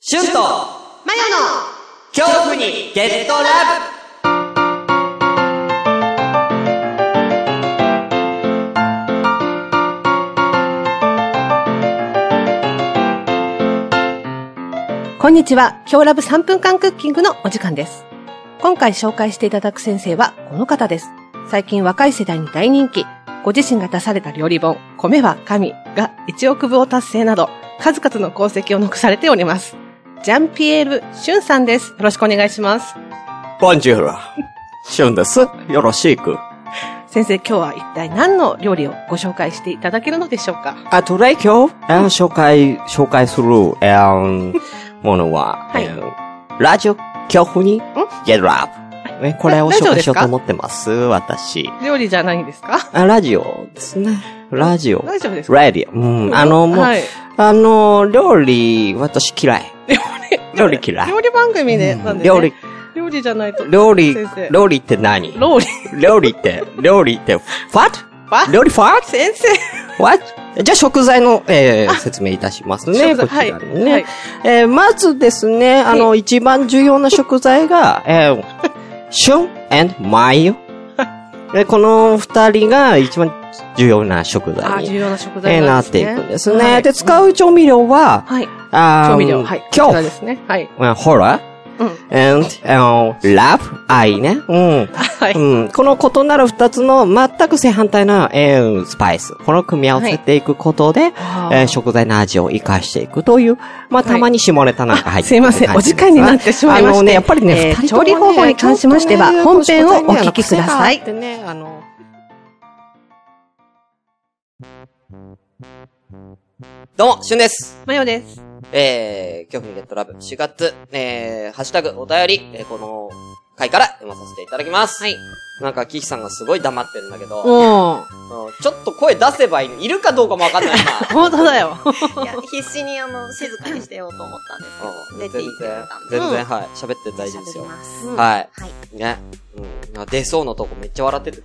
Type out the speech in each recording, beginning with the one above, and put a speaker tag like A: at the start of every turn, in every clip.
A: シュンと
B: マヨの
A: 恐怖にゲットラブ
B: こんにちは。今日ラブ3分間クッキングのお時間です。今回紹介していただく先生はこの方です。最近若い世代に大人気。ご自身が出された料理本、米は神が1億部を達成など、数々の功績を残されております。ジャンピエール・シュンさんです。よろしくお願いします。
C: ボンジュール。シュンです。よろしく。
B: 先生、今日は一体何の料理をご紹介していただけるのでしょうか
C: あと来今日、えー紹介、紹介する、えーものは、
B: はい
C: えーラジオ恐怖にゲットラブ。ねこれを
B: ララジ
C: 紹
B: オ
C: 介し
B: です
C: よう
B: か
C: と思ってます、私。
B: 料理じゃないんですか
C: あ、ラジオですね。ラジオ。
B: 大丈夫ですか
C: ラディオ。うん。あの、もう、
B: はい
C: あの、料理、私嫌 い。料理嫌い
B: 料理番組で、なんで、ね、
C: 料理、
B: 料理じゃないと。
C: 料理
B: 先生、
C: 料理って何
B: ローリ
C: 料理って、料理って、what?
B: What？
C: 料理 what?
B: 先生。
C: What? じゃあ食材の、えー説明いたしますね。
B: 食
C: こ
B: 材
C: ちらのね、
B: はいはい
C: えーまずですね、あの、一番重要な食材が、えー、旬 and マ ヨ。でこの二人が一番重要な食
B: あ、
C: 材
B: 重
C: に、
B: 要な食
C: え
B: 材
C: ーな
B: なん
C: っ
B: です
C: て
B: ね。
C: いくんですね。
B: はい
C: で、使う調味料は、
B: はい。
C: あー
B: 調味料。は
C: 恐
B: い。こちら
C: 怖
B: ですね。はい。
C: まあ、ホラ
B: うん。
C: ー and、love, 愛ね。うん。
B: はい。
C: うん、この異なる二つの全く正反対な、えースパイス。この組み合わせていくことで、えー食材の味を生かしていくという、まあ、たまに下ネタなんか入って
B: すいません、お時間になってしまいま
C: あ
B: し
C: の
B: て。
C: ね、やっぱりね、
B: えー
C: 二人と
B: 調
C: もね
B: 理方法に関しましては、本編をお聞きくださ。
C: ち
B: い
C: ょっ。とねあのどうも、しゅんです。
B: マヨです。
C: えー、恐怖にゲットラブ4月、えー、ハッシュタグお便り、えーこの回から読まさせていただきます。はい。なんか、キキさんがすごい黙ってるんだけど、
B: も
C: うんちょっと声出せばいいのいるかどうかもわかんないな。
B: う、本当だよ。
D: いや、必死にあの、静かにしてようと思ったんです
C: うん
D: けど、出ていってたんで。
C: 全然、はい。喋って大丈夫ですよ
D: 喋り。ます。
C: は
D: はい。
C: い。ね。うん。なんか出そうのとこめっちゃ笑ってて。ね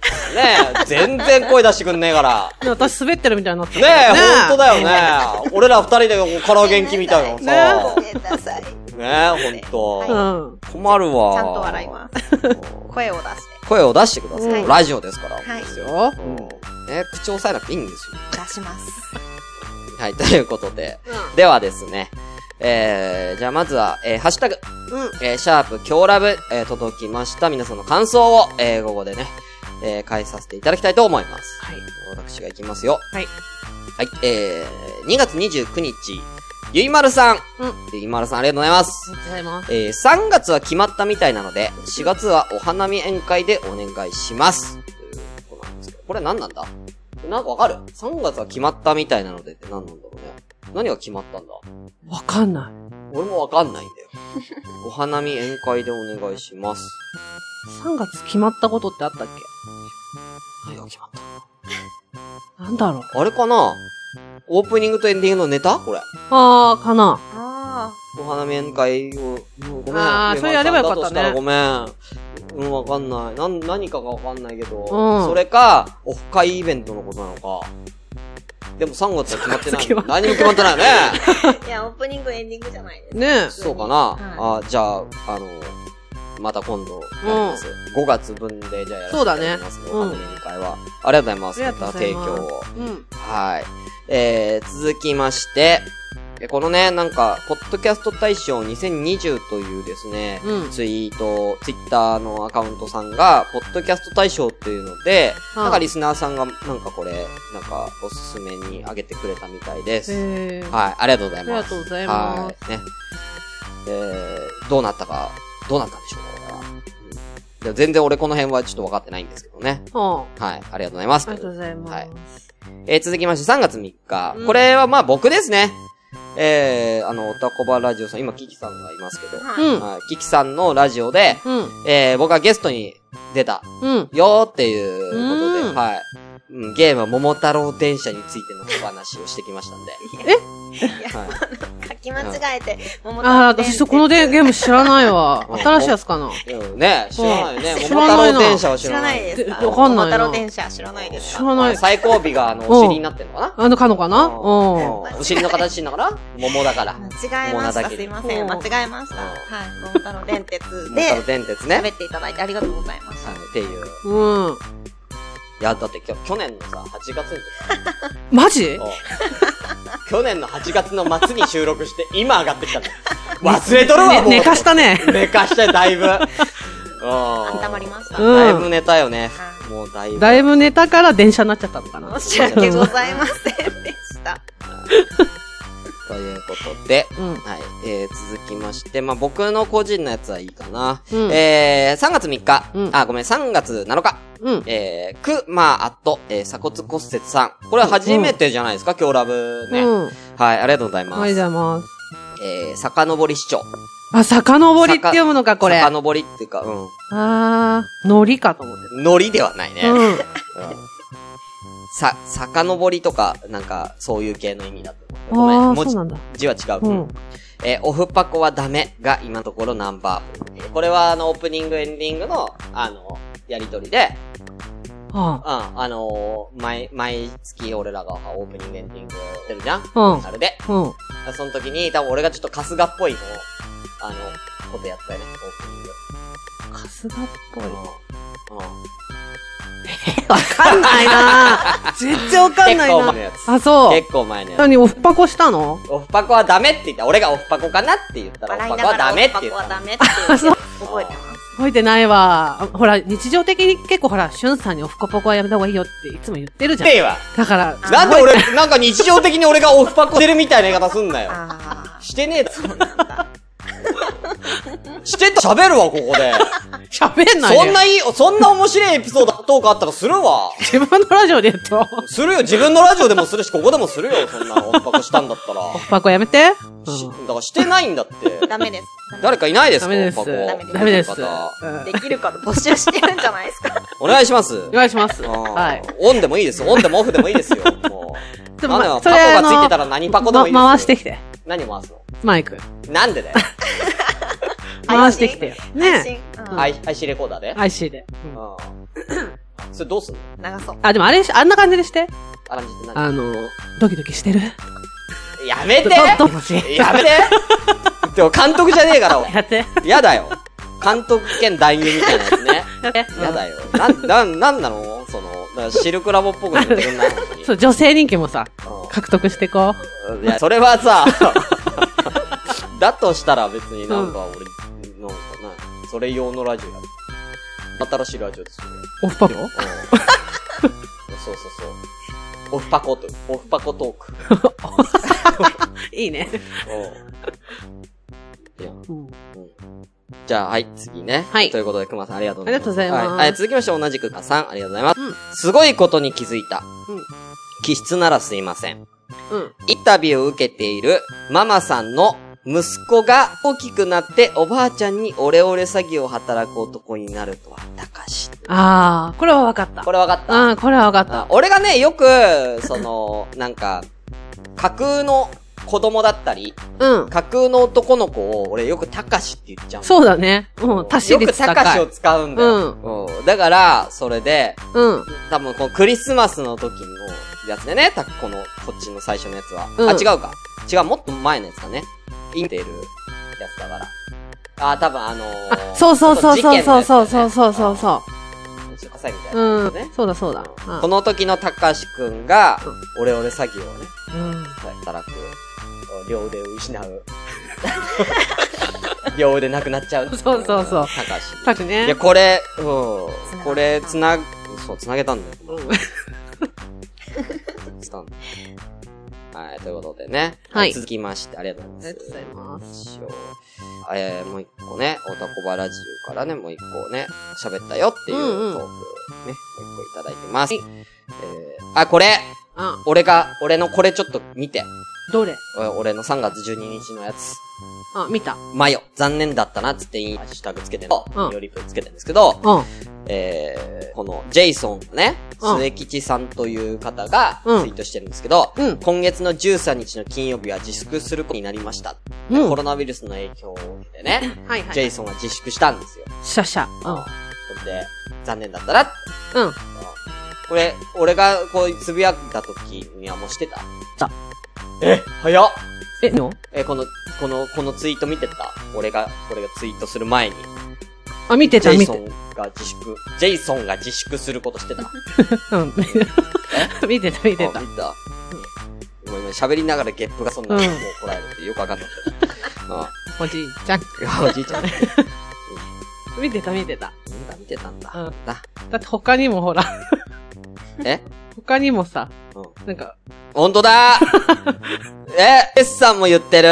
C: え、 全然声出してくんねえから。
B: 私滑ってるみたいになって
C: ねえ、ほんとだよ ね。俺ら二人でおカラオケ行きみたいなさ。
D: ごめんなさい。ち
C: ねえ、ほん
D: だ
C: と。
B: うん。
C: 困るわ。
D: ゃんと笑います。声を出して。
C: 声を出してくださ。
D: はいい
C: ラジオですから。
D: はい
C: ですよ。
B: よ。
C: うんね口押さえなくていいんですよ。
D: 出します。
C: はい、ということで。ではですね。えー、じゃあまずは、えー、ハッシュタグ、
D: うん。
C: えー、シャープ、強ラブ、えー、届きました。皆さんの感想を、えー、午後でね、えー、返させていただきたいと思います。
B: はい。
C: 私がいきますよ。
B: はい。
C: はい、えー、2月29日、ゆいまるさん。
B: うん
C: ゆいまるさん、ありがとうございます。
B: ございます。
C: えー、3月は決まったみたいなので、4月はお花見宴会でお願いします。ということなんですけど、これ何なんだなんかわかる ?3 月は決まったみたいなのでって何なんだろうね。何が決まったんだ
B: わかんない。
C: 俺もわかんないんだよ。お花見宴会でお願いします。
B: 3月決まったことってあったっ
C: 何が決まっ
B: けなんだろう。
C: たあれかなオープニングとエンディングのネタこれ。
B: あー、かな。
D: あ
C: お花見宴会を、もうごめん。
B: あ
C: 上松さ
B: ー
C: ん
B: それやればよかったね
C: だとしたらごめん。うん、わかんない。なん、何かがわかんないけど。
B: うん
C: それか、オフ会イベントのことなのか。でも3月は決まってない。
B: 3月決まっ
C: 何も決まってないよね。
D: あ。いや、オープニング、エンディングじゃないです。
B: ねえ。
C: そうかな。あーじゃあ、あの、また今度、やります。5月分で、じゃあやらせていただきますね。
B: そう
C: お花
B: だね
C: 見宴会は。ありがとうございます。
B: ありがとうご
C: また
B: ざい
C: 提
B: ます
C: 供を。
B: うん。
C: はい。えー、続きまして、えこのね、なんか、ポッドキャスト大賞2020というですね、
B: うん
C: ツイート、ツイッターのアカウントさんが、ポッドキャスト大賞っていうので、
B: はい
C: なんかリスナーさんが、なんかこれ、なんか、おすすめにあげてくれたみたいです。
B: えー。
C: はい、ありがとうございます。
B: ありがとうございます
C: はい、ね。えー、どうなったか、どうなったんでしょうか、これはうんで全然俺この辺はちょっと分かってないんですけどね。
B: うん。あ
C: はい、ありがとうございます。
B: りがとうございます。
C: はいえー続きまして3月3日。
B: うん
C: これはまあ僕ですね。えー、あの、おたこばラジオさん、今、キキさんがいますけど、
D: はい。
B: うん
C: はいキキさんのラジオで、
B: うん。
C: えー、僕がゲストに出た
B: うん。
C: よーっていうことで、
B: うん
C: はい。うん、ゲームは桃太郎電車についてのお話をしてきましたんで。は
D: 書き間違えて、桃太郎
B: ああ、私そこのでゲー
D: ム
B: ム知らないわ
C: うん。
B: 新しいやつかな。
C: い。でもね、知らないよね。
B: うん
C: 桃太郎電車は知
D: 知
C: ら
D: ら
C: な
D: ないい。ですか
B: えわかんないな
D: 桃太郎電車知らないです
B: 知
D: から
B: ない。
C: 最後尾が、あの、
B: うん
C: お尻になってんのかな
B: あの、かのかな
C: う
B: うんん。
C: お尻の形なのかな桃だから。うん
D: 間違えました。すいません。
B: うん
D: 間違えました。はい。桃太郎電鉄
C: 桃太郎
D: で、
C: 電鉄ね。はい
D: 喋っていただいてありがとうございました。
C: っていう。い
B: うん。
C: や、だってきょ去年のさ、8月に
B: マジ
C: お去年の8月の末に収録して、今上がってきたの。忘れとるわ、
B: ね
C: もう
B: 寝かしたね。
C: 寝かして、だいぶ。あ
D: 温まり
C: ま
D: ました。
B: うん
C: だいぶ寝たよね。
D: は
C: もうだいぶ。
B: だいぶ寝たから電車になっちゃったのかな。
D: 申し訳ございませんでした。
C: ということで。
B: うん。
C: はい。えー、続きまして、まあ、僕の個人のやつはいいかな。
B: うん
C: えー、3月3日、
B: うん
C: あ、ごめん、3月7日、
B: うん。
C: えー、く、まあ、あっと、えー、鎖骨骨折さん。これは初めてじゃないですか、今日ラブね、
B: うん。
C: はい、ありがとうございます。
B: はい、じゃあま
C: えー、遡り市長。
B: あ。あ、遡りって読むのか、これ。あ
C: 遡りっていうか、う
B: あー、のりかと思って
C: ん。ノリではないね。
B: た。
C: うん。
B: うん。
C: さ、遡りとか、なんか、そういう系の意味だと思う。
B: あ
C: ごめ
B: あ、
C: ん、
B: そう
C: 文
B: なんだ。
C: 字字は違う。
B: う
C: うんん。えーオフパコはダメが今のところナンバー。えーこれはあの、オープニングエンディングの、あの、やりとりで、
B: あ
C: うん、あのー毎、毎月俺らがオープニングエンディングやってるじゃん
B: あ。うん。
C: あれで。
B: うん。
C: その時に、多分俺がちょっと春日っぽいのを、あの、ことやったよね、オープニング。
B: 春日っぽい。
C: うん。うん。
B: わかんないな 全然わかん
C: 結
B: ない
C: 構前の
B: な
C: やつ。
B: あ、そう。
C: 結構前のやつ。
B: 何、オフパコしたの
C: オフパコはダメって言った。俺がオフパコかなって言ったら、オ
D: 笑
C: フ
D: い
C: パ
D: な
C: コは
D: がら
C: ダ
D: オ
C: メ
D: フ
C: って
D: パ
C: 言
D: コ
C: っ
D: は
C: た。
D: ダメって言って覚えてます。
B: 覚えてないわ。あほら、日常的に結構ほら、しゅんさんにオフパコはやめた方がいいよっていつも言ってるじゃん。
C: ていわ。
B: だから、
C: なんで俺、なんか日常的に俺がオフパコしてるみたいな言い方すんなよ。
D: あ
C: してねえだろ。
D: あ、そうなんだ。
C: してた喋るわ、ここ で。
B: 喋んないで
C: そんないい、そんな面白いエピソードトークあったらするわ。
B: 自分のラジオで言うと、オ
C: するよ、自分のラジオでもするし、ここでもするよ、そんなオフパコしたんだったら。
B: フパコやめて。
C: し
B: うん
C: だからしてないんだって。
D: ダメです。
C: 誰かいないですか
B: ダメです。
C: オフパコ
B: ダメです。
C: 方
B: うん
D: できる方募集してるんじゃないですか。
C: お願いします。
B: お願いします。
C: うん
B: はい。
C: オンでもいいですよ。オンでもオフでもいいですよ。もう。
B: で
C: なんだよ、
B: そ
C: パ
B: れ
C: コが
B: あの
C: ついてたら何パコでもいいですよ。
B: ま回してきて。
C: 何回すの
B: マイク。
C: なんでだよ。
B: 回してきてよ。
D: 配
B: ね
D: 信。配信
C: I- IC レコーダーで。
B: え。IC で。うん
C: うん。それどうすんの
D: うん。流そう。
B: あ、でもあれし、あんな感じでして。
C: アランジって何
B: あの、ドキドキしてる
C: やめて
B: ど、どっち
C: やめてでも監督じゃねえから、俺
B: やって。
C: やだよ。監督兼男優みたいなやつね。
B: やって。
C: やだよ。なん、なん、なんなのその、だからシルクラボっぽくしてくんないのに
B: そう、女性人気もさ、
C: うん
B: 獲得してこ
C: いや、それはさ、 だとしたら別になんか俺、なんかな、それ用のラジオやる。新しいラジオですよ。
B: う。オフパコ
C: うんそうそうそう。オフパコと、オフパコトーク。
B: いいね。
C: うんいや
B: うん。
C: じゃあ、はい、次ね。
B: はい
C: ということで、熊さんありがとうございます。
B: ありがとうございます
C: ははい、続きまして、同じくかさん、ありがとうございます。
B: うん
C: すごいことに気づいた。
B: うん
C: 気質ならすいません。
B: うん。
C: インタビューを受けているママさんの息子が大きくなっておばあちゃんにオレオレ詐欺を働く男になるとは、たかし。
B: あー、これは分かった。
C: これわかった、
B: うん、これは分かっ
C: あ
B: た。
C: 俺がね、よく、その、 なんか、架空の子供だったり、
B: うん。
C: 架空の男の子を、俺よくたかしって言っちゃう。
B: そうだね。うん、足し
C: よく
B: 率
C: た
B: 高
C: かし
B: い
C: を。使うんだよ。うんだから、それで、
B: うん。
C: 多分このクリスマスの時のやつでね、たこの、こっちの最初のやつは。
B: うん
C: あ、違うか。違う、もっと前のやつだね。インテールやつだから。あ、多分あのー、
B: あ、そうそうそうそうそうそうそうそうそう
C: う。
B: そ。
C: ちょっと火災みたいうなや
B: う
C: つ
B: ん
C: ね。。
B: そうだそうだ。うん
C: この時のたかしくんが
B: う、
C: オレオレ詐欺をね、
B: うん。
C: 働く。両腕を失う。 両腕なくなっちゃう。
B: そうそうそう
C: たかし。
B: たく
C: いや、
B: ね。
C: これ、うん。これ、つな、そう、つなげたんだよ。つなはい、ということでね。
B: はい
C: 続きまして、ありがとうございます。。
B: ありがとうございます
C: えー、もう一個ね、おたこばラジオからね、もう一個ね、喋ったよっていう
B: うんうん
C: トーク、ね、もう一個いただいてます。えー、あ、これ
B: あ、
C: 俺が、俺のこれちょっと見て。
B: どれ
C: お俺の3月12日のやつ。
B: あ、見た。
C: マヨ、残念だったなっつって、ハッシュタグつけてんの
B: うん
C: よりプつけてんですけど、
B: うん。
C: えー、この、ジェイソンのね、
B: うん
C: 末吉さんという方が、ツイ
B: うん
C: ートしてるんですけど、
B: うん
C: 今月の13日の金曜日は自粛することになりました。
B: うん
C: コロナウイルスの影響を受けてね、
B: はいはい。
C: ジェイソンは自粛したんですよ。
B: シャシャ。
C: それで、残念だったなって。
B: うん。
C: これ、俺がこう、つぶやいた時にはもうしてた
B: た。
C: え、早っ
B: え、の
C: え、この、この、このツイート見てた俺が、俺がツイートする前に。
B: あ、見て
C: ジ
B: た、
C: ェイ
B: 見
C: ソ
B: て。
C: ンが自粛、ジェイソンが自粛することしてた。
B: うん。 見て た、見てた
C: あ。見た。ごめんごめん喋りながらゲップがそんな
B: うん
C: もうこらえるってよくわかんなかっ
B: おじいちゃん。
C: た。うん。おじいちゃん。みん
B: 見てた、見てた。
C: な見てたんだ。
B: うん
C: な。
B: だって他にもほら、
C: え
B: 他にもさ、
C: う
B: なんか、
C: ほんとだ え、S さんも言ってる。
B: うん、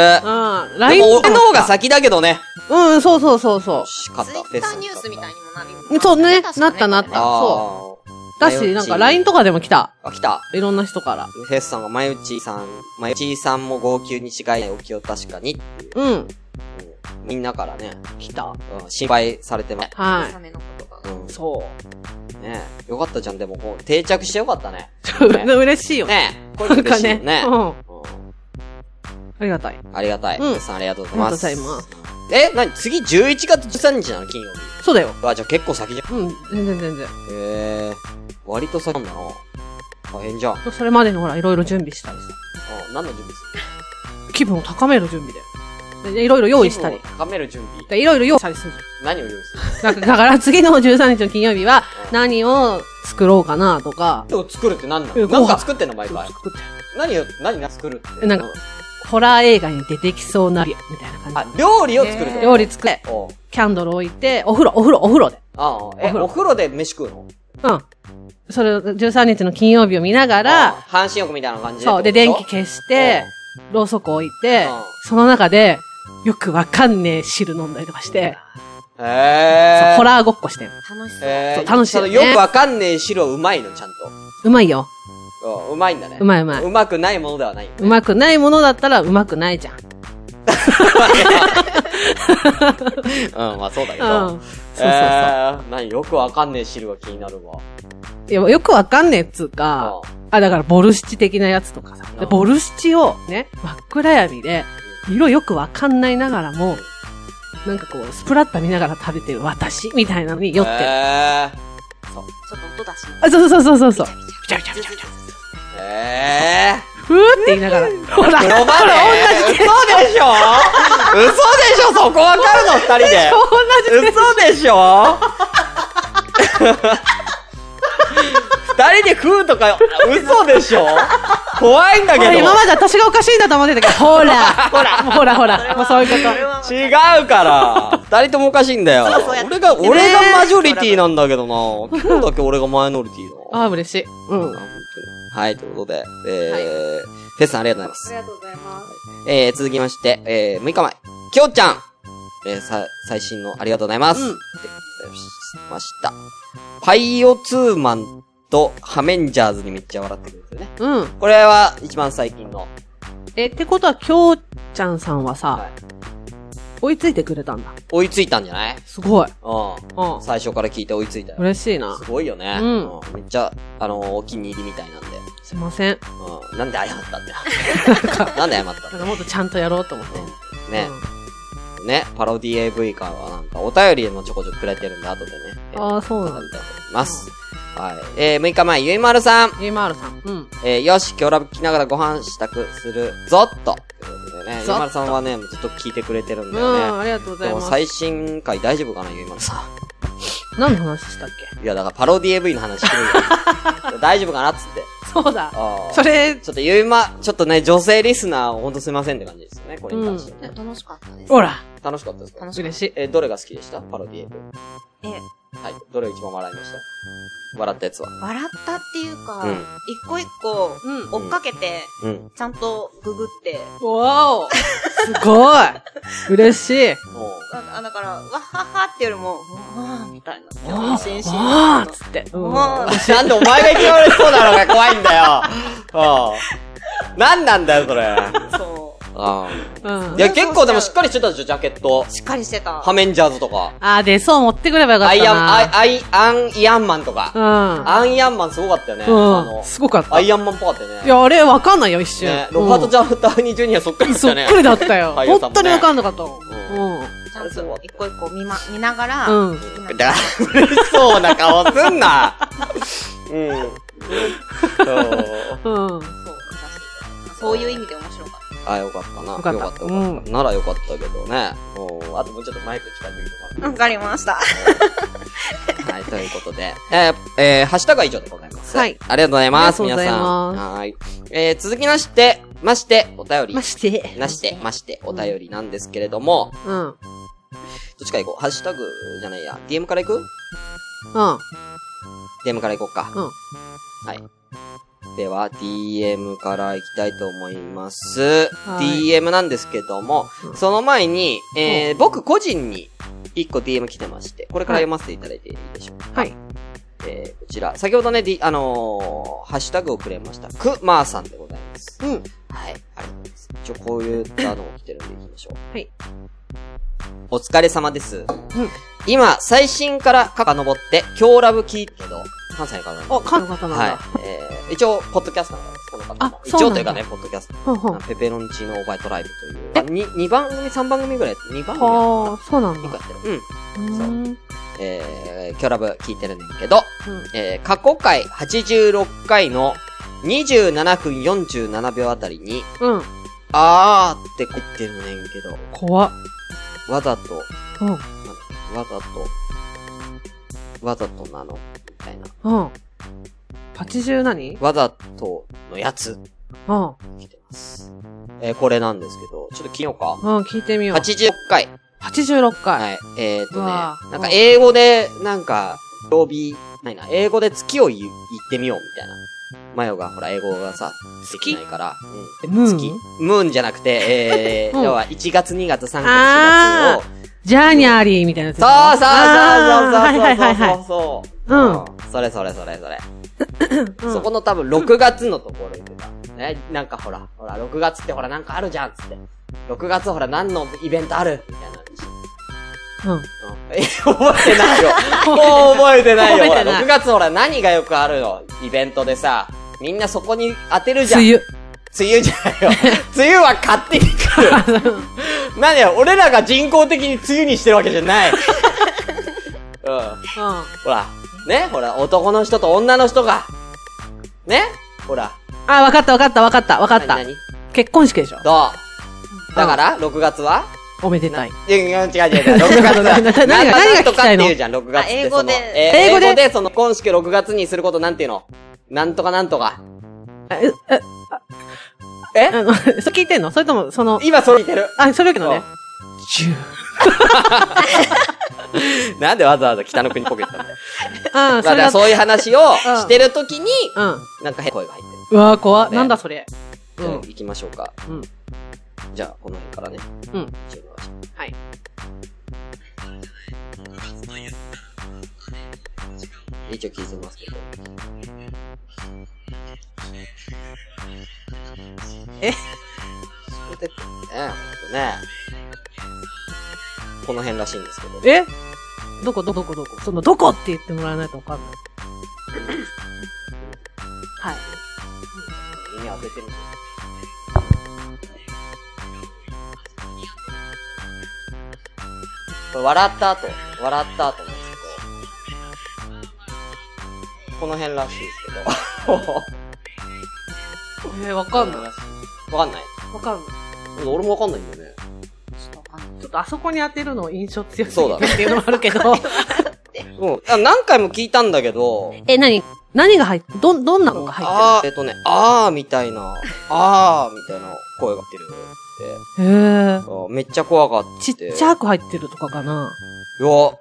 C: で
B: LINE
C: も俺の方が。先だけどね。
B: うん、そうそうそうそ
C: しかった。
D: ツイッターニュースみたいにもなるよ
B: う。そうね、
D: 確か
B: なったなっ
D: これ
B: た。そ
C: ああ。
B: う。だし、なんか LINE とかでも来た。
C: あ、来た。
B: いろんな人から。
C: フェスさんが、まゆちさん、まゆちさんも号泣に違いないお気を確かに。
B: うん、
C: うんみんなからね、
B: 来た。
C: うん心配されてます。
B: は
D: ための言葉
C: うん
D: が
B: い。そ
C: ねえよかったじゃん、でも、こう、定着してよかったね。
B: う。
C: ね
B: 嬉しいよね。
C: ねえこれ
B: なん
C: 嬉
B: か
C: しいよ
B: ね。
C: ね。
B: うん。
C: う
B: あ
C: ん
B: りがたい。
C: ありがたい。
B: うん
C: 皆さんありがとうございます。
B: ありがとうござ
C: え、なに次11月13日なの金曜日。
B: そうだよ。
C: あ、じゃあ結構先じゃん。
B: うん、全然全然。
C: ええ割と先なんだな。大変じゃん。あ、
B: それまでにほら、いろいろ準備したりさ。
C: 何の準備する
B: 気分を高める準備だよ。でいろいろ用意したり
C: 気。分を高める準備。
B: でいろいろ用意したりするじ
C: 何を用意する
B: ゃん。だからだから次の13日の金曜日は何を作ろうかなとか、
C: 何を作るって何な
B: え
C: の
B: ご飯
C: なんか作ってんの毎回。
B: 作って
C: 何を、何が作るって。
B: えなんかホラー映画に出てきそうな、みたいな
C: あ
B: 感、
C: 料理を作るって
B: じ。
C: こ
D: ね
C: と
B: 料理作って、
C: おう
B: キャンドル置いて、お風呂、お風呂、お風呂で。
C: ああ、え、
B: お風呂
C: お風呂で飯食うの
B: うん。それを13日の金曜日を見なが
C: ああ
B: ら、
C: 半身浴みたいな感じで。
B: そう、で、電気消して、ろうそく置いて
C: うん、
B: その中で、よくわかんねえ汁飲んだりとかして、
C: へえ
B: そう
C: ー。
B: ホラーごっこしてる。
D: 楽しそう。
C: へー
B: そう楽しい
C: そ
B: よ
C: の
B: ね
C: よくわかんねえ汁はうまいの、ちゃん
B: うまいよ。
C: と。うんうまいんだね。
B: うまいうまい。
C: うまくないものではない。
B: うまくないものだったらうまくないじゃん。
C: うん、まあそうだけ
B: う
C: ど。
B: ん。そうそうそう。
C: えー何よくわかんねえ汁が気になるわ。
B: いや、よくわかんねえっつうか、あ、だからボルシチ的なやつとかさ。
C: う
B: で
C: ん
B: ボルシチをね、真っ暗闇で、色よくわかんないながらも、なんかこう、スプラッタ見ながら食べてる私みたいなのに酔ってる。
C: え
D: ちょっと音出しなが
B: あ、そうそうそうそうそう。
D: ら。
B: ビチャビチャビチャビチャ。
C: ー。 え
B: ふーって言い ながら。ほら、
C: ー。ロマネ嘘でしょ嘘でしょそこわかるの二人で。
B: 同じ
C: 嘘でしょ二人で食うとか、嘘でしょ怖いんだけ
B: ほ
C: ど
B: ら。今まで私がおかしいんだと思ってた けど、ほら、ほら、ほら、ほら、もうそういう
D: それ
B: こ
D: は分かる
C: 違うから二人ともおかしいんだよ
D: そうそうやって
C: 俺が、俺がマジョリティなんだけ どな今日だけ俺がマイノリティ
B: と。
C: だな
B: ああ、嬉しい。うん。
C: はい、ということで、えー、フェスさんありがとうご
D: あ
C: ざ
D: り
C: いま
D: がとうございます。
C: す。えー、続きまして、えー、6日前、きょうちゃんえー、さ、最新のありがとうございます。
B: うん
C: でございました。パイオツーマンとハメンジャーズにめっちゃ笑ってくるんですよね。
B: うん。
C: これは一番最近の。
B: え、ってことは、きょうちゃんさんは
C: は
B: さ
C: い、
B: 追いついてくれたんだ。
C: 追いついたんじゃない
B: すごい。
C: う
B: うん
C: ん。。最初から聞いて追いついたよ。
B: 嬉しいな
C: す。ごいよね。
B: うん
C: うんめっちゃ、あのーお気に入りみたいなんで。
B: すいま せん。
C: うん。なんで謝ったってな。なんで謝った
B: なん
C: の
B: かもっとちゃんとやろうと思って。
C: ね。ね。パロディ AV 感はなんか、お便りでもちょこちょこくれてるんで、後でね。
B: うん。ああ、そう
C: え
B: なんだ。
C: います。はい。えー、6日前、ゆいまるさん。
B: ゆいまーるさん。うん。
C: えー、よし、今日ラブ聞きながらご飯支度するぞ、と。ということでね、ゆい
B: ぞっと
C: まるさんはね、もうずっと聞いてくれてるん
B: う
C: だよ
B: ん、
C: ね。
B: ありがとうござ
C: で
B: い
C: も
B: ます。
C: 最新回大丈夫かな、ゆいまるさん。
B: 何の話したっけ
C: いや、だからパロディ AV の話してるよ。 大丈夫かなっつって。
B: そうだ。
C: あー
B: それ、
C: ちょっとゆいま、ちょっとね、女性リスナー、ほんとすいませんって感じですよね、これに関してはね。
D: 楽しかったです。
B: ほら、
C: 楽しかったですか
D: 楽しか
B: 嬉
D: った。
B: しい。
C: え、どれが好きでしたパロディ AV。
D: え、
C: はい。どれが一番笑いました笑ったやつは。
D: 笑ったっていうか、
C: うん
D: 一個一個
B: うん。
D: 追っかけて、
C: うん。
D: ちゃんとググって、
B: わお すごい嬉しい
C: もう、
D: あ、あだから、わっはっはってよりも、わーみたいな。
B: わ
D: 興味津々
B: あっつって。うん
D: わー
C: なんでお前が嫌われそうなのが怖いんだよ。うん。なんなんだよ、それ。
D: そう。
C: あ
B: うん
C: ーい。や、結構でもしっかりしてたでしょ、ジャケット。
D: しっかりしてた。
C: ハメンジャーズとか。
B: あーで、そう持ってくればよかっ
C: ア
B: た
C: イアン、
B: な。
C: アイ、アイ、アン、イアンマンとか。アンイアンマンすごかったよね。あ
B: うん。う
C: の
B: ん。、すごかった。
C: ア
B: い
C: イアンマンっぽかったよね。
B: や、あれわかんないよ、一瞬
C: ね。ロバート・ジャダーニー・ジュニアそっくりでした
B: そっ
C: ね。
B: くりだったよ。
C: 俳優さんもね
B: 本当にわかんなかったもん。うん。
D: ちゃんと一個一個見ま、見ながら、
B: うん
D: 今
C: だ、 嬉しそうな顔すんな。うん。そう
B: うん。
D: そう、見させていただきますそういう意味で面白かっ
C: あ、よかったな。
B: よかった
C: よ
B: うん
C: かったならよかったけどね。もう、あともうちょっとマイク近づいてもらって
D: た。わかりました。
C: はい、ということで。えー、えー、ハッシュタグは以上でございます。
B: はい
C: ありがとうございます。
B: あり
C: 皆
B: がとうござい
C: さ
B: ます
C: ん。はーい。えー、続きまして、まして、お便り。
B: まして。
C: なして、まして、お便りなんですけれども、
B: うん。うん。
C: どっちから行こうハッシュタグじゃないや。DM から行く ?DM から行こうか。
B: うん
C: はい。では、DM から行きたいと思います。
B: はい
C: DM なんですけども、
B: うん
C: その前に、えー、僕個人に1個 DM 来てまして、これから読ませていただいていいでしょうか。
B: はい。
C: えー、こちら、先ほどね、D、あのー、ハッシュタグをくれました、くまーさんでございます。
B: うん。
C: はい。ありがとうございます。一応こういったのを来てるんで行きましょう。
B: はい。
C: お疲れ様です。うん。今、最新から遡って、今日ラブ聞いてけど、関西の方なんで
B: あ、かんなかったな。
C: はい。えー、一応、ポッドキャスターなんです、この方も
B: あ。
C: 一
B: そう
C: 応
B: なん
C: とい
B: だ
C: うかね、ポッドキャスター。
B: ほんほん。
C: ペペロンチーノオーバイトライブという。に二番組、三番組ぐらい、二番組や
B: はあ、そうなん
C: った
B: だ
C: か。な。一個やってる。うん。
B: うん。うん。
C: えー、今日ラブ聞いてるねんだけど、えー過去回86回の27分47秒あたりに、
B: うん。
C: あーって言ってるねんけど、
B: 怖っ。
C: わざと、
B: うん。
C: わざと、わざとなの、みたいな。
B: うん。80何
C: わざとのやつ、
B: うん。
C: 来てます。えーこれなんですけど、ちょっと聞ようか。
B: うん、聞いてみよう。
C: 86回。
B: 86回。
C: はい。えーっと
B: う
C: ね、
B: わー
C: なんか英語で、なんか、曜日、ないな、英語で月を言う言ってみよう、みたいな。マヨが、ほら、英語がさ、できないから、うん
B: えムー
C: 月
B: ン
C: ムーンじゃなくて、えー、
B: うん
C: 要は1月、2月、3月、4
B: あー
C: 月を、
B: ジャーニャーリーみたいなやつ。
C: そう
B: あーはいはいはい
C: そう
B: は
C: そうそうそうそうそう
B: う
C: う
B: ん
C: ん。それそれそれそれ。
B: い。
C: そこの多分6月のところに出た。ね、なんかほら、ほら、6月ってほらなんかあるじゃんっつって。6月ほら何のイベントあるみたいな。
B: うん。
C: え覚えてないよ。もう覚えてないよ。ほら
B: 覚えてない
C: 6月ほら何がよくあるのイベントでさ、みんなそこに当てるじゃん。
B: 梅雨。
C: 梅雨じゃないよ。梅雨は勝手に来る。何や、俺らが人工的に梅雨にしてるわけじゃない。うん。
B: うん。
C: ほら、ね、ほら、男の人と女の人が、ね、ほら、
B: あ、わかったわかったわかったわかった
C: 何。々
B: 結婚式でしょ
C: どうだから、6月は
B: おめでたい。
C: いやいや違う違う違 う。6月は。
B: 何が何が
C: なんと
B: 聞きた
C: かっ
B: い
C: て
B: の
C: 言うじゃん、6月って
D: あ英
C: そ
D: 語で
C: のえー
B: 英
C: 英
B: 語
C: 語
B: で
C: で、その、今式6月にすることなんていうのなんとかなんとか。
B: え、え、
C: え
B: あの、 それ聞いてんのそれとも、その、
C: 今それ言ってる。
B: あ、それよけどね
C: そ。
B: ジュ
C: なんでわざわざ北の国っぽく言ったの
B: ー。う
C: ま
B: ん、そ
C: あ、だから
B: れだと。
C: そういう話をしてるときに、
B: うん。
C: なんか変な声が入ってる。
B: うわー怖っ
C: ね
B: なんだそれ。
C: じゃあ
B: うん
C: 行きましょうか。
B: うん
C: じゃあ、この辺からね。
B: うん。
C: 一応お願いします
B: はい。
C: 一応聞いてますけど。
B: え
C: 出てくるね。ほんとね。この辺らしいんですけど。
B: えどこどこどこどこその、どこって言ってもらわないと わかんない。はい。
C: 耳当ててみて。これ笑った後、笑った後なんですけど、この辺らしいですけど。
B: えー、わかんない。
C: わかんない
B: わかんない。
C: 俺もわかんないんだよね。
B: ちょっとあそこに当てるの印象強す
C: そう
B: ぎ
C: だ
B: て
C: ね
B: っていうのもあるけ
C: う
B: ど。
C: んあ。何回も聞いたんだけど、
B: え、何何が入って、ど、どんなのが入っ
C: あー、えっとね、あーみたいな、あーみたいな声が出るって
B: てるへえ。
C: あめっちゃ怖がって。
B: ちっちゃく入ってるとかかない
C: や、小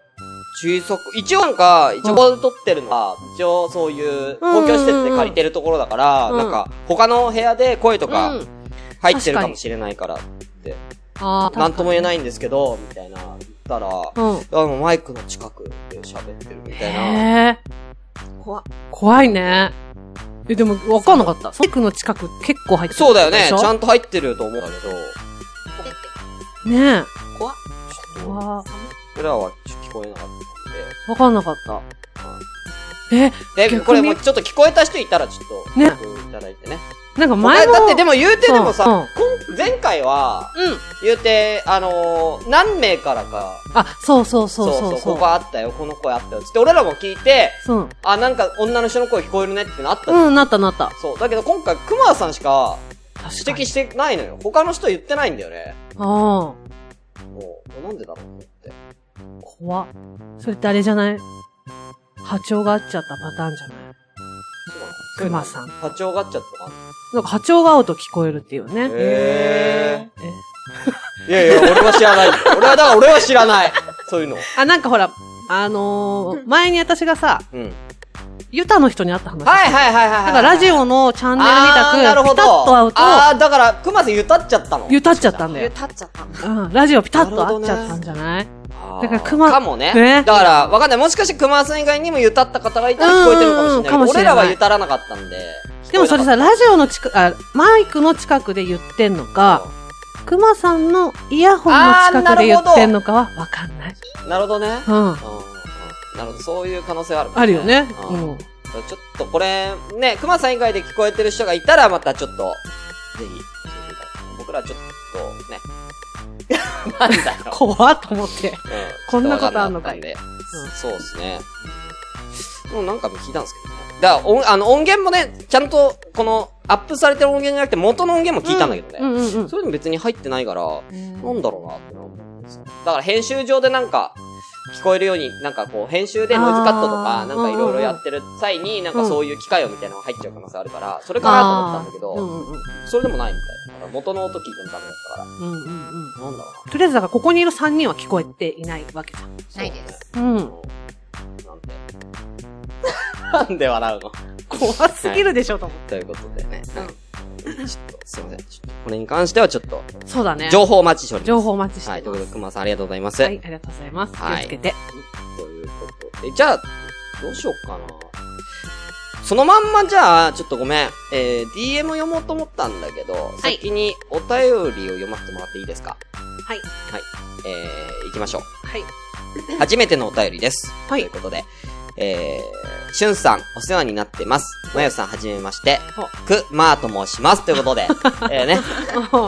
C: さく、一応なんか、一応ここで撮ってるのは、一応そういう公共施設で借りてるところだから、
B: うんうん
C: なんか、他の部屋で声とか
B: うん
C: 入ってるかもしれないから、
B: ああ。
C: なんとも言え
B: い。
C: ないんですけど、みたいな、言ったら、あ
B: うん。
C: の、マイクの近くで喋ってるみたいな。
B: へえ。
D: 怖っ
B: 怖いね。え、でも、わかんなかった。サイクの近く結構入ってる
C: そうだよね。
B: で
C: ち
B: しょ
C: ゃんと入ってると思うんだけど、
B: ねえ。
C: 怖っ。ちょっと、
B: わ
C: 僕らはちょっと聞こえなかっ
B: わかんなかった。
C: たんで。で、
B: 逆に
C: これもうちょっと聞こえた人いたらちょっと、
B: ね
C: ね。いただいてね。
B: なんか
C: 前
B: 前も。
C: だってでも言うてでもさ、
B: うんうん
C: こん前回は、
B: うん。
C: 言うて、あのー何名からか、
B: あ、そうそうそうそうそ
C: ここ
B: う。
C: あったよ、この声あったよ、つって、俺らも聞いて、
B: そう
C: あ、なんか女の人の声聞こえるねってなったじゃん
B: うん、なったなった。
C: そう。だけど今回、クマさんしか
B: 確か
C: 指摘
B: に。
C: してないのよ。他の人言ってないんだよね。
B: ああ、
C: もう、なんでだろうと思って。
B: 怖っそれってあれじゃない波長が合っちゃったパターンじゃないクマさん。
C: 波長があっちゃったかな。
B: なんか波長が合うと聞こえるっていう
C: へ
B: ね。え
C: え。いやいや、俺は知 らない。俺は、だから俺は知らない。そういうの。
B: あ、なんかほら、あのー、前に私がさ、
C: うん。
B: ユタの人に会った話。
C: はいはいはいはい。
B: なんかラジオのチャンネル
C: あーなる
B: み
C: ほ
B: たく、ピタッと会う
C: ど。
B: と、
C: ああ、だから、クマさんゆたっちゃったの。
B: ゆたっちゃったんだ
D: 立
B: よ
D: っ。ちゃった。
B: うん、ラジオピタッと会っちゃったんじゃないだから熊
C: かもね。
B: ね
C: だから、わかんない。もしかして熊さん以外にもゆたった方がいたら聞こえてるかもしれないけど。
B: うんうんうんかもしれない
C: 俺らはゆたらなかったんで。
B: でもそれ
C: 聞こ
B: さ、ラジオの近く、あ、マイクの近くで言ってんのか、クマさんのイヤホンの近くで言ってんのかはわかんな
C: え
B: い。
C: なかった、なるほどね。
B: うん。
C: うんうんなるほど、そういう可能性はある、
B: あるよね。
C: う
B: うんん。
C: ちょっとこれ、ね、熊さん以外で聞こえてる人がいたら、またちょっと、ぜひ、僕らちょっと、ね。なんだよ。
B: 怖っと思って。
C: う
B: こんなことあんのか
C: ちょ
B: い
C: っとわかんなかったんで。そうですね。もうなんかも聞いたんですけどね。だから、音あの音源もね、ちゃんと、この、アップされてる音源じゃなくて、元の音源も 聞いたんだけどね。
B: うんうんうん。
C: そういうの別に入ってないから、なんだろうなって思うんですよ。だから編集上でなんか、聞こえるように、なんかこう、編集でノイズカットと
B: あ
C: か、
B: ー
C: なんかいろいろやってる際に、なんかそういう機械音みたいなのが入っちゃう可能性あるから、それかなと思ったんだけ
B: う
C: ど、
B: んうんうん。
C: それでもないみたいな。だから元の音聞いてもダメだったか
B: うんうんうん。
C: ら、なんだろう
B: とりあえずだからここにいる3人は聞こえていないわけじ
D: ないです。
B: ゃん。う
C: な。
B: ん。
C: なんでなんで笑うの
B: 怖すぎるでしょと思っ
C: ということでね。はいちょっと、すいません。ちょっとこれに関してはちょっと、
B: て。そうだね。
C: 情報お待ちしております。
B: 情報お待ちして
C: は
B: ま
C: い、
B: す。
C: という
B: は
C: ことで、熊さんありがとうございます。
B: い、ありがとうございます。気を
C: はい
B: つけ て。
C: ということで。じゃあ、どうしようかな。そのまんまじゃあ、ちょっとごめん。えー、DM を読もうと思ったんだけど、
B: い
C: 先にお便りを読ませてもらっていいですか
B: はい。
C: はい。えー、行きましょう。
B: はい。
C: 初めてのお便りです。
B: はい
C: ということで、えー、しゅんさん、お世話になってます。まゆさん、はじめまして
B: ほう。
C: く、まーと申します。という ことで、えーね、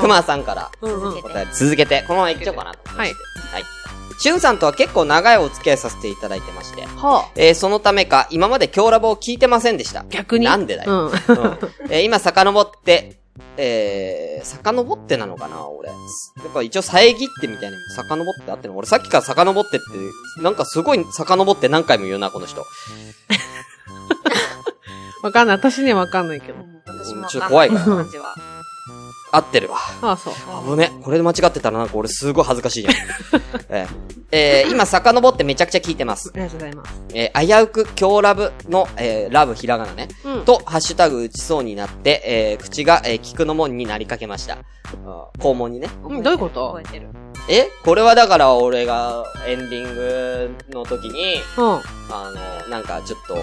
C: くまさんから
B: うんうん
D: 続けて
C: 答え続けて、このままいっちゃおうかなと思いまして。はい。しゅんさんとは結構長いお付き合いさせていただいてまして、
B: は
C: えーそのためか、今まで強ラボを聞いてませんでした。
B: 逆に
C: なんでだ
B: う
C: よ。
B: ん。
C: うんえー今、遡って、えー、遡ってなのかな俺。やっぱ一応、遮ってみたいな、遡ってあってるの俺さっきから遡ってって、なんかすごい遡って何回も言うな、この人。
B: わかんない。私にはわかんないけど。
D: 私も
C: ちょっと怖い
D: あ
C: か
D: の
C: ら
D: 感じは。
C: 合ってるわ。
B: ああ、そう。
C: 危ね。これで間違ってたらなんか俺すごい恥ずかしいじゃん。 えーえー今、遡ってめちゃくちゃ聞いてます。
B: ありがとうございます。
C: えー危うく強ラブの、えーラブひらがなね。
B: うん。
C: と、ハッシュタグ打ちそうになって、えー口が、えー聞くのもんになりかけました。あー肛門にね。
B: うんどういうこと
D: 覚えてる。
C: えこれはだから俺がエンディングの時に、
B: うん。
C: あの、なんかちょっと、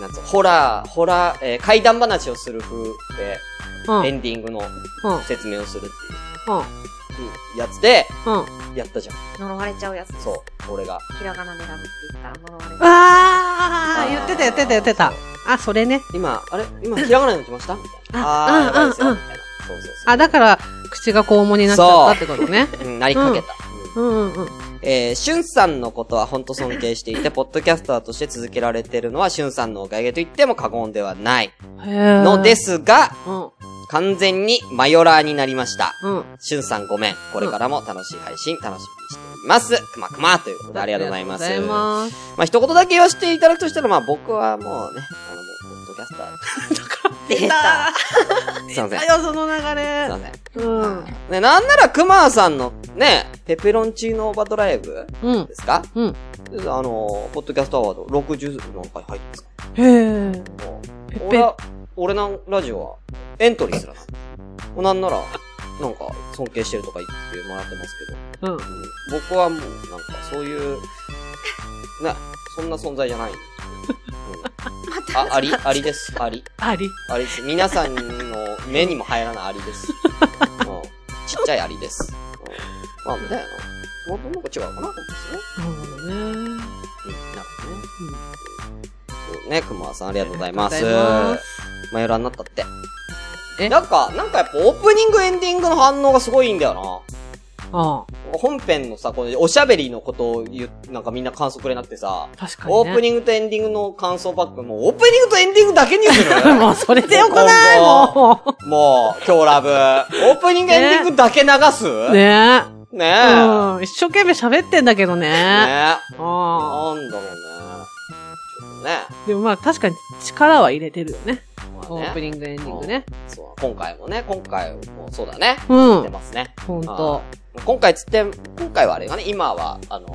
C: なんつうのホラー、ホラー、えー怪談話をする風で、
B: うん。
C: エンディングの
B: うん。
C: 説明をするって
B: うん。
C: いうやつで、
B: うん。
C: やったじゃん。
D: 呪われちゃうやつです。
C: そう、俺が。
D: ひらがなでラブって言ったら呪われちゃう。
C: あ
B: ああ
C: ー
B: 言ってた言ってた言ってた。あ、それね。
C: 今、あれ今、ひらがなに来ましたみたいな。
B: あ
C: あー、やばいですよ。
B: うんう
C: み
B: ん
C: たいな。そうそうそう。
B: あ、だから、口が肛門になっちゃったってことね。
C: うん、なりかけた。うん
B: うんうんうん。
C: えー、しゅんさんのことは本当尊敬していて、ポッドキャスターとして続けられてるのは、しゅんさんのおかげと言っても過言ではない
B: へえ。
C: ので。すが、
B: うん。
C: 完全にマヨラーになりました。
B: うん。
C: しゅんさんごめん。これからも楽しい配信楽しみにしています。くまくまということでありがとうございます。
B: ありがとうございます。
C: まあ、一言だけ言わせていただくとしたら、まあ、僕はもうね、あの、もうポッドキャスター。
D: 出た。
C: すいません。
B: だ
C: すい
B: よ、その流
C: ま
B: れ。
C: せん。
B: うん。
C: ね、なんなら、くまーさんの、ね、ペペロンチーノオーバードライブ
B: うん。
C: ですか
B: うん。
C: あの、ポッドキャストアワード60何回入ってますか
B: へえ。ペ
C: 俺は、俺のラジオは、エントリーすらない。もうなんなら、なんか、尊敬してるとか言ってもらってますけど、
B: うん。
C: うん僕はもう、なんか、そういう、ね、そんな存在じゃない。うん、
D: 待っ
C: あ、あり、ありです。あり。
B: あり。
C: ありです。皆さんの目にも入らないアリです。うんちっちゃいアリです。うんまあ、だよな。もともと違うかな、ですね。
B: なるほどね。
C: うんなるほどね。ね、くまさんありがとうございます。
B: ありがとうございま
C: マヨラーになったって。
B: え
C: なんか、なんかやっぱオープニングエンディングの反応がすごいいいんだよ
B: あ
C: な。本編のさ、このおしゃべりのことを言う、なんかみんな感想くれなくてさ、
B: あ、確かに、ね。
C: オープニングとエンディングの感想パック、もうオープニングとエンディングだけに言うのよ。
B: もうそれでよくない
C: 今後
B: も
C: もう、今日ラブ。オープニング、エンディングだけ流す
B: う。
C: ね
B: ね
C: え。
B: え。
C: ね
B: うん。一生懸命喋ってんだけど
C: え。
B: ね。ああ。
C: なんだろうね。ちょっとね。
B: でもまあ確かに力は入れてるよね。
C: まあね
B: オープニング、エンディングね。
C: そう、今回もね、今回もそうだね。
B: う
C: 出
B: ん
C: て。ますね。
B: ほん
C: あ
B: と。
C: ー今回つって、今回はあれがね、今は、あのー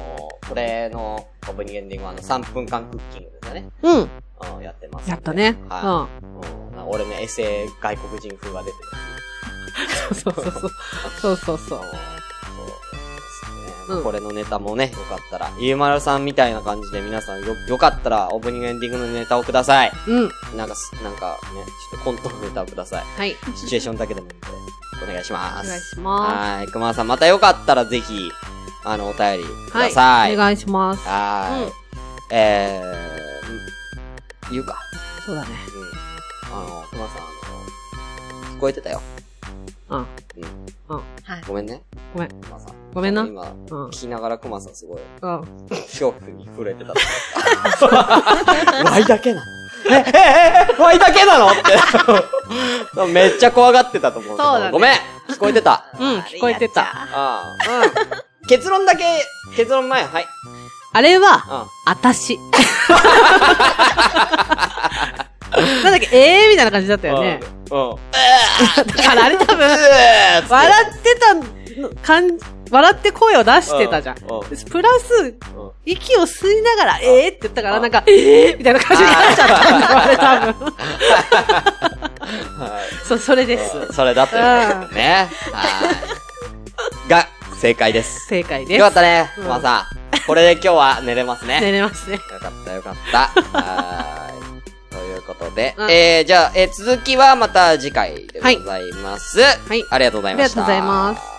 C: これのオープニングエンディングはあの3分間クッキングですね。
B: うん。
C: うん、やってます。
B: やった。ね。
C: はうん、なんか俺のエセ外国人風が出てる。
B: うん。そうそうそう。そうそうそうう。
C: ですね
B: うん
C: これのネタもね、よかったら、ゆうまるさんみたいな感じで皆さんよ、よかったらオープニングエンディングのネタをください。
B: うん。
C: なんかす、なんかね、ちょっとコントのネタをください。
B: はい。
C: シチュエーションだけでもいいんで、お願いしま
B: お
C: す。
B: 願いしま
C: はい。熊田さん、またよかったらぜひ、あの、お便りく
B: す。
C: ださい。
B: お願いします。
C: はーい。えー、言うか。
B: そうだね。
C: うん。あの、熊田さん、あの、聞こえてたよ。
B: うん。
D: はい。
C: ごめんね。
B: ごめん
C: 熊田さん。
B: ごめんな
C: 今、聞
B: うん。
C: きながら熊田さんすごい、
B: うん。
C: 恐怖に震 えてた。ワイだけなのえ、え、え、え、ワイだけなのって。 めっちゃ怖がってたと思うけど。
D: そうだね
C: ごめん聞こえてた。
B: うん聞こえてた。
C: ああ、うん。結論だけ、結論前、はい。
B: あれは、
C: あ
B: あたし。なんだっけ、ええー、みたいな感じだったよね。
C: うん。うん。
B: だからあれ多分、
C: 笑
B: 笑ってたの、かん、笑って声を出してたじゃん。
C: うんうん
B: プラス、
C: うん
B: 息を吸いながら、ええって言ったから、なんか、ええみたいな感じになっちゃったんだよ、あれ多分。そう、それです。
C: それだということですね。はい。が、正解です。
B: 正解です。
C: よかったね、
B: うん
C: まさん。これで今日は寝れますね。
B: 寝れますね。
C: よかった、よかった。はーい。ということで、
B: うん
C: えー、じゃあ、えー続きはまた次回でございます。はいありがとうございました。
B: ありがとうございます。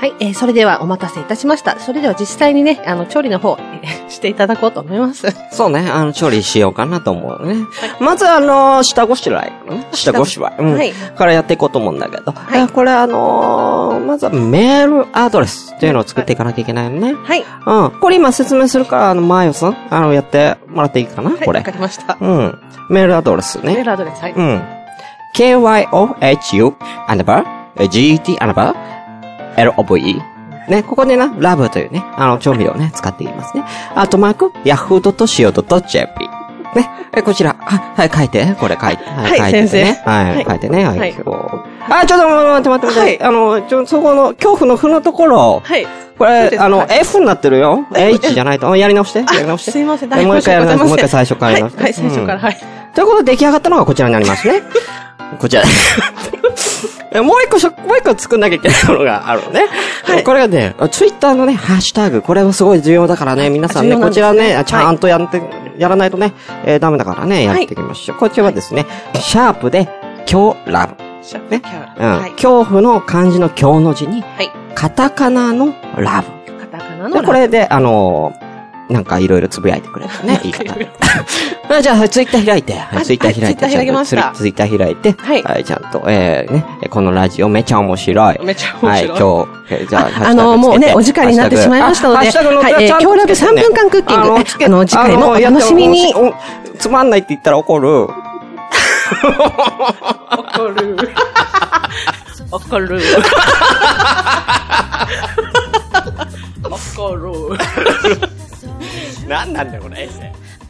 B: はい、えーそれではお待たせいたしました。それでは実際にね、あの、調理の方、えーしていただこうと思います。
C: そうね、あの、調理しようかなと思うね。まず、あの、下ごしらえかな。下ごしらえ。うん。
B: はい
C: からやっていこうと思うんだけど。えこれ、あのーまずはメールアドレスっていうのを作っていかなきゃいけないのね。
B: はい。
C: うん。これ今説明するから、あの、マーヨさん、あの、やってもらっていいかな、
B: はい、
C: これ
B: わか。りました。
C: うん。メールアドレス
B: メー
C: ね。
B: ルアドレス、はい。
C: うん。kyohu, アンダーバー、gt, アンダーバー、love. ね、ここでな、ラブというね、あの、調味料をね、使っていますね。あとマーク、yahoo.co.jp。ね、え、こちら、あ、はい、書いて、これ書いて、は
B: はい
C: 書いてね
B: 先生
C: はい、
B: はい
C: 書いてね、はい、
B: はい
C: こうあ、ちょっと待って待って待って、あの、ちょ、そこの、恐怖の負のところ、
B: はい。
C: こ
B: そう
C: れ、
B: です
C: あの
B: は、
C: F になってるよ。H じゃ ないと、うんやり直して、やり直して。
B: すいません、
C: もう一回やり
B: 大変申し訳ござ
C: 直して、
B: いません
C: もう一回最初からや
B: は
C: り
B: い、
C: 直して。
B: はい、最初か
C: う
B: ら、
C: ん
B: はい。
C: ということで出来上がったのがこちらになります ね。こちら。え もう一個しょ、もう一個作んなきゃいけないものがあるのね。これがね、ツイッターのね、ハッシュタグ、これはすごい重要だからね、皆さんね、
B: 重要なん
C: こち
B: ですね
C: らね、ちゃんとやって、やらないとね、えーダメだからね、やっていきましょう。こちらはですね、シャープで、今日ラブ。ね
B: キャ
C: うん、
B: ラはい。
C: 恐怖の漢字の今日の字に、
B: はい
C: カタカナのラブ。
B: カタカナの
C: で、これで、あのーなんかいろいろつぶやいてくれ るね、言い方 で。あじゃあ、ツイッター開いて、は
B: あ
C: い、ツイッター開いて、
B: はいツイッター開きました
C: ツイッター開いて、
B: はい
C: はい、ちゃんと、えー、ね、えこのラジオめちゃ面白い。
B: めっちゃ
C: は
B: 面白。
C: いい、今日、えーじゃあ、ハッシュタグつけて
B: あの、もうね、お時間になってしまいましたの
C: ハッ
B: で、
C: シュタグあハッシュタグの
B: はい、え
C: ちゃん
B: ー、
C: と
B: 今日ラブ
C: つけて
B: 3
C: ね
B: 分間クッキング、
C: つ
B: あ
C: け
B: の、次回もお
C: や
B: 楽しみに。
C: おつまんないって言ったら怒る。
B: 怒る。怒る。怒る。
C: なんなんだよ、これ、エッセイ。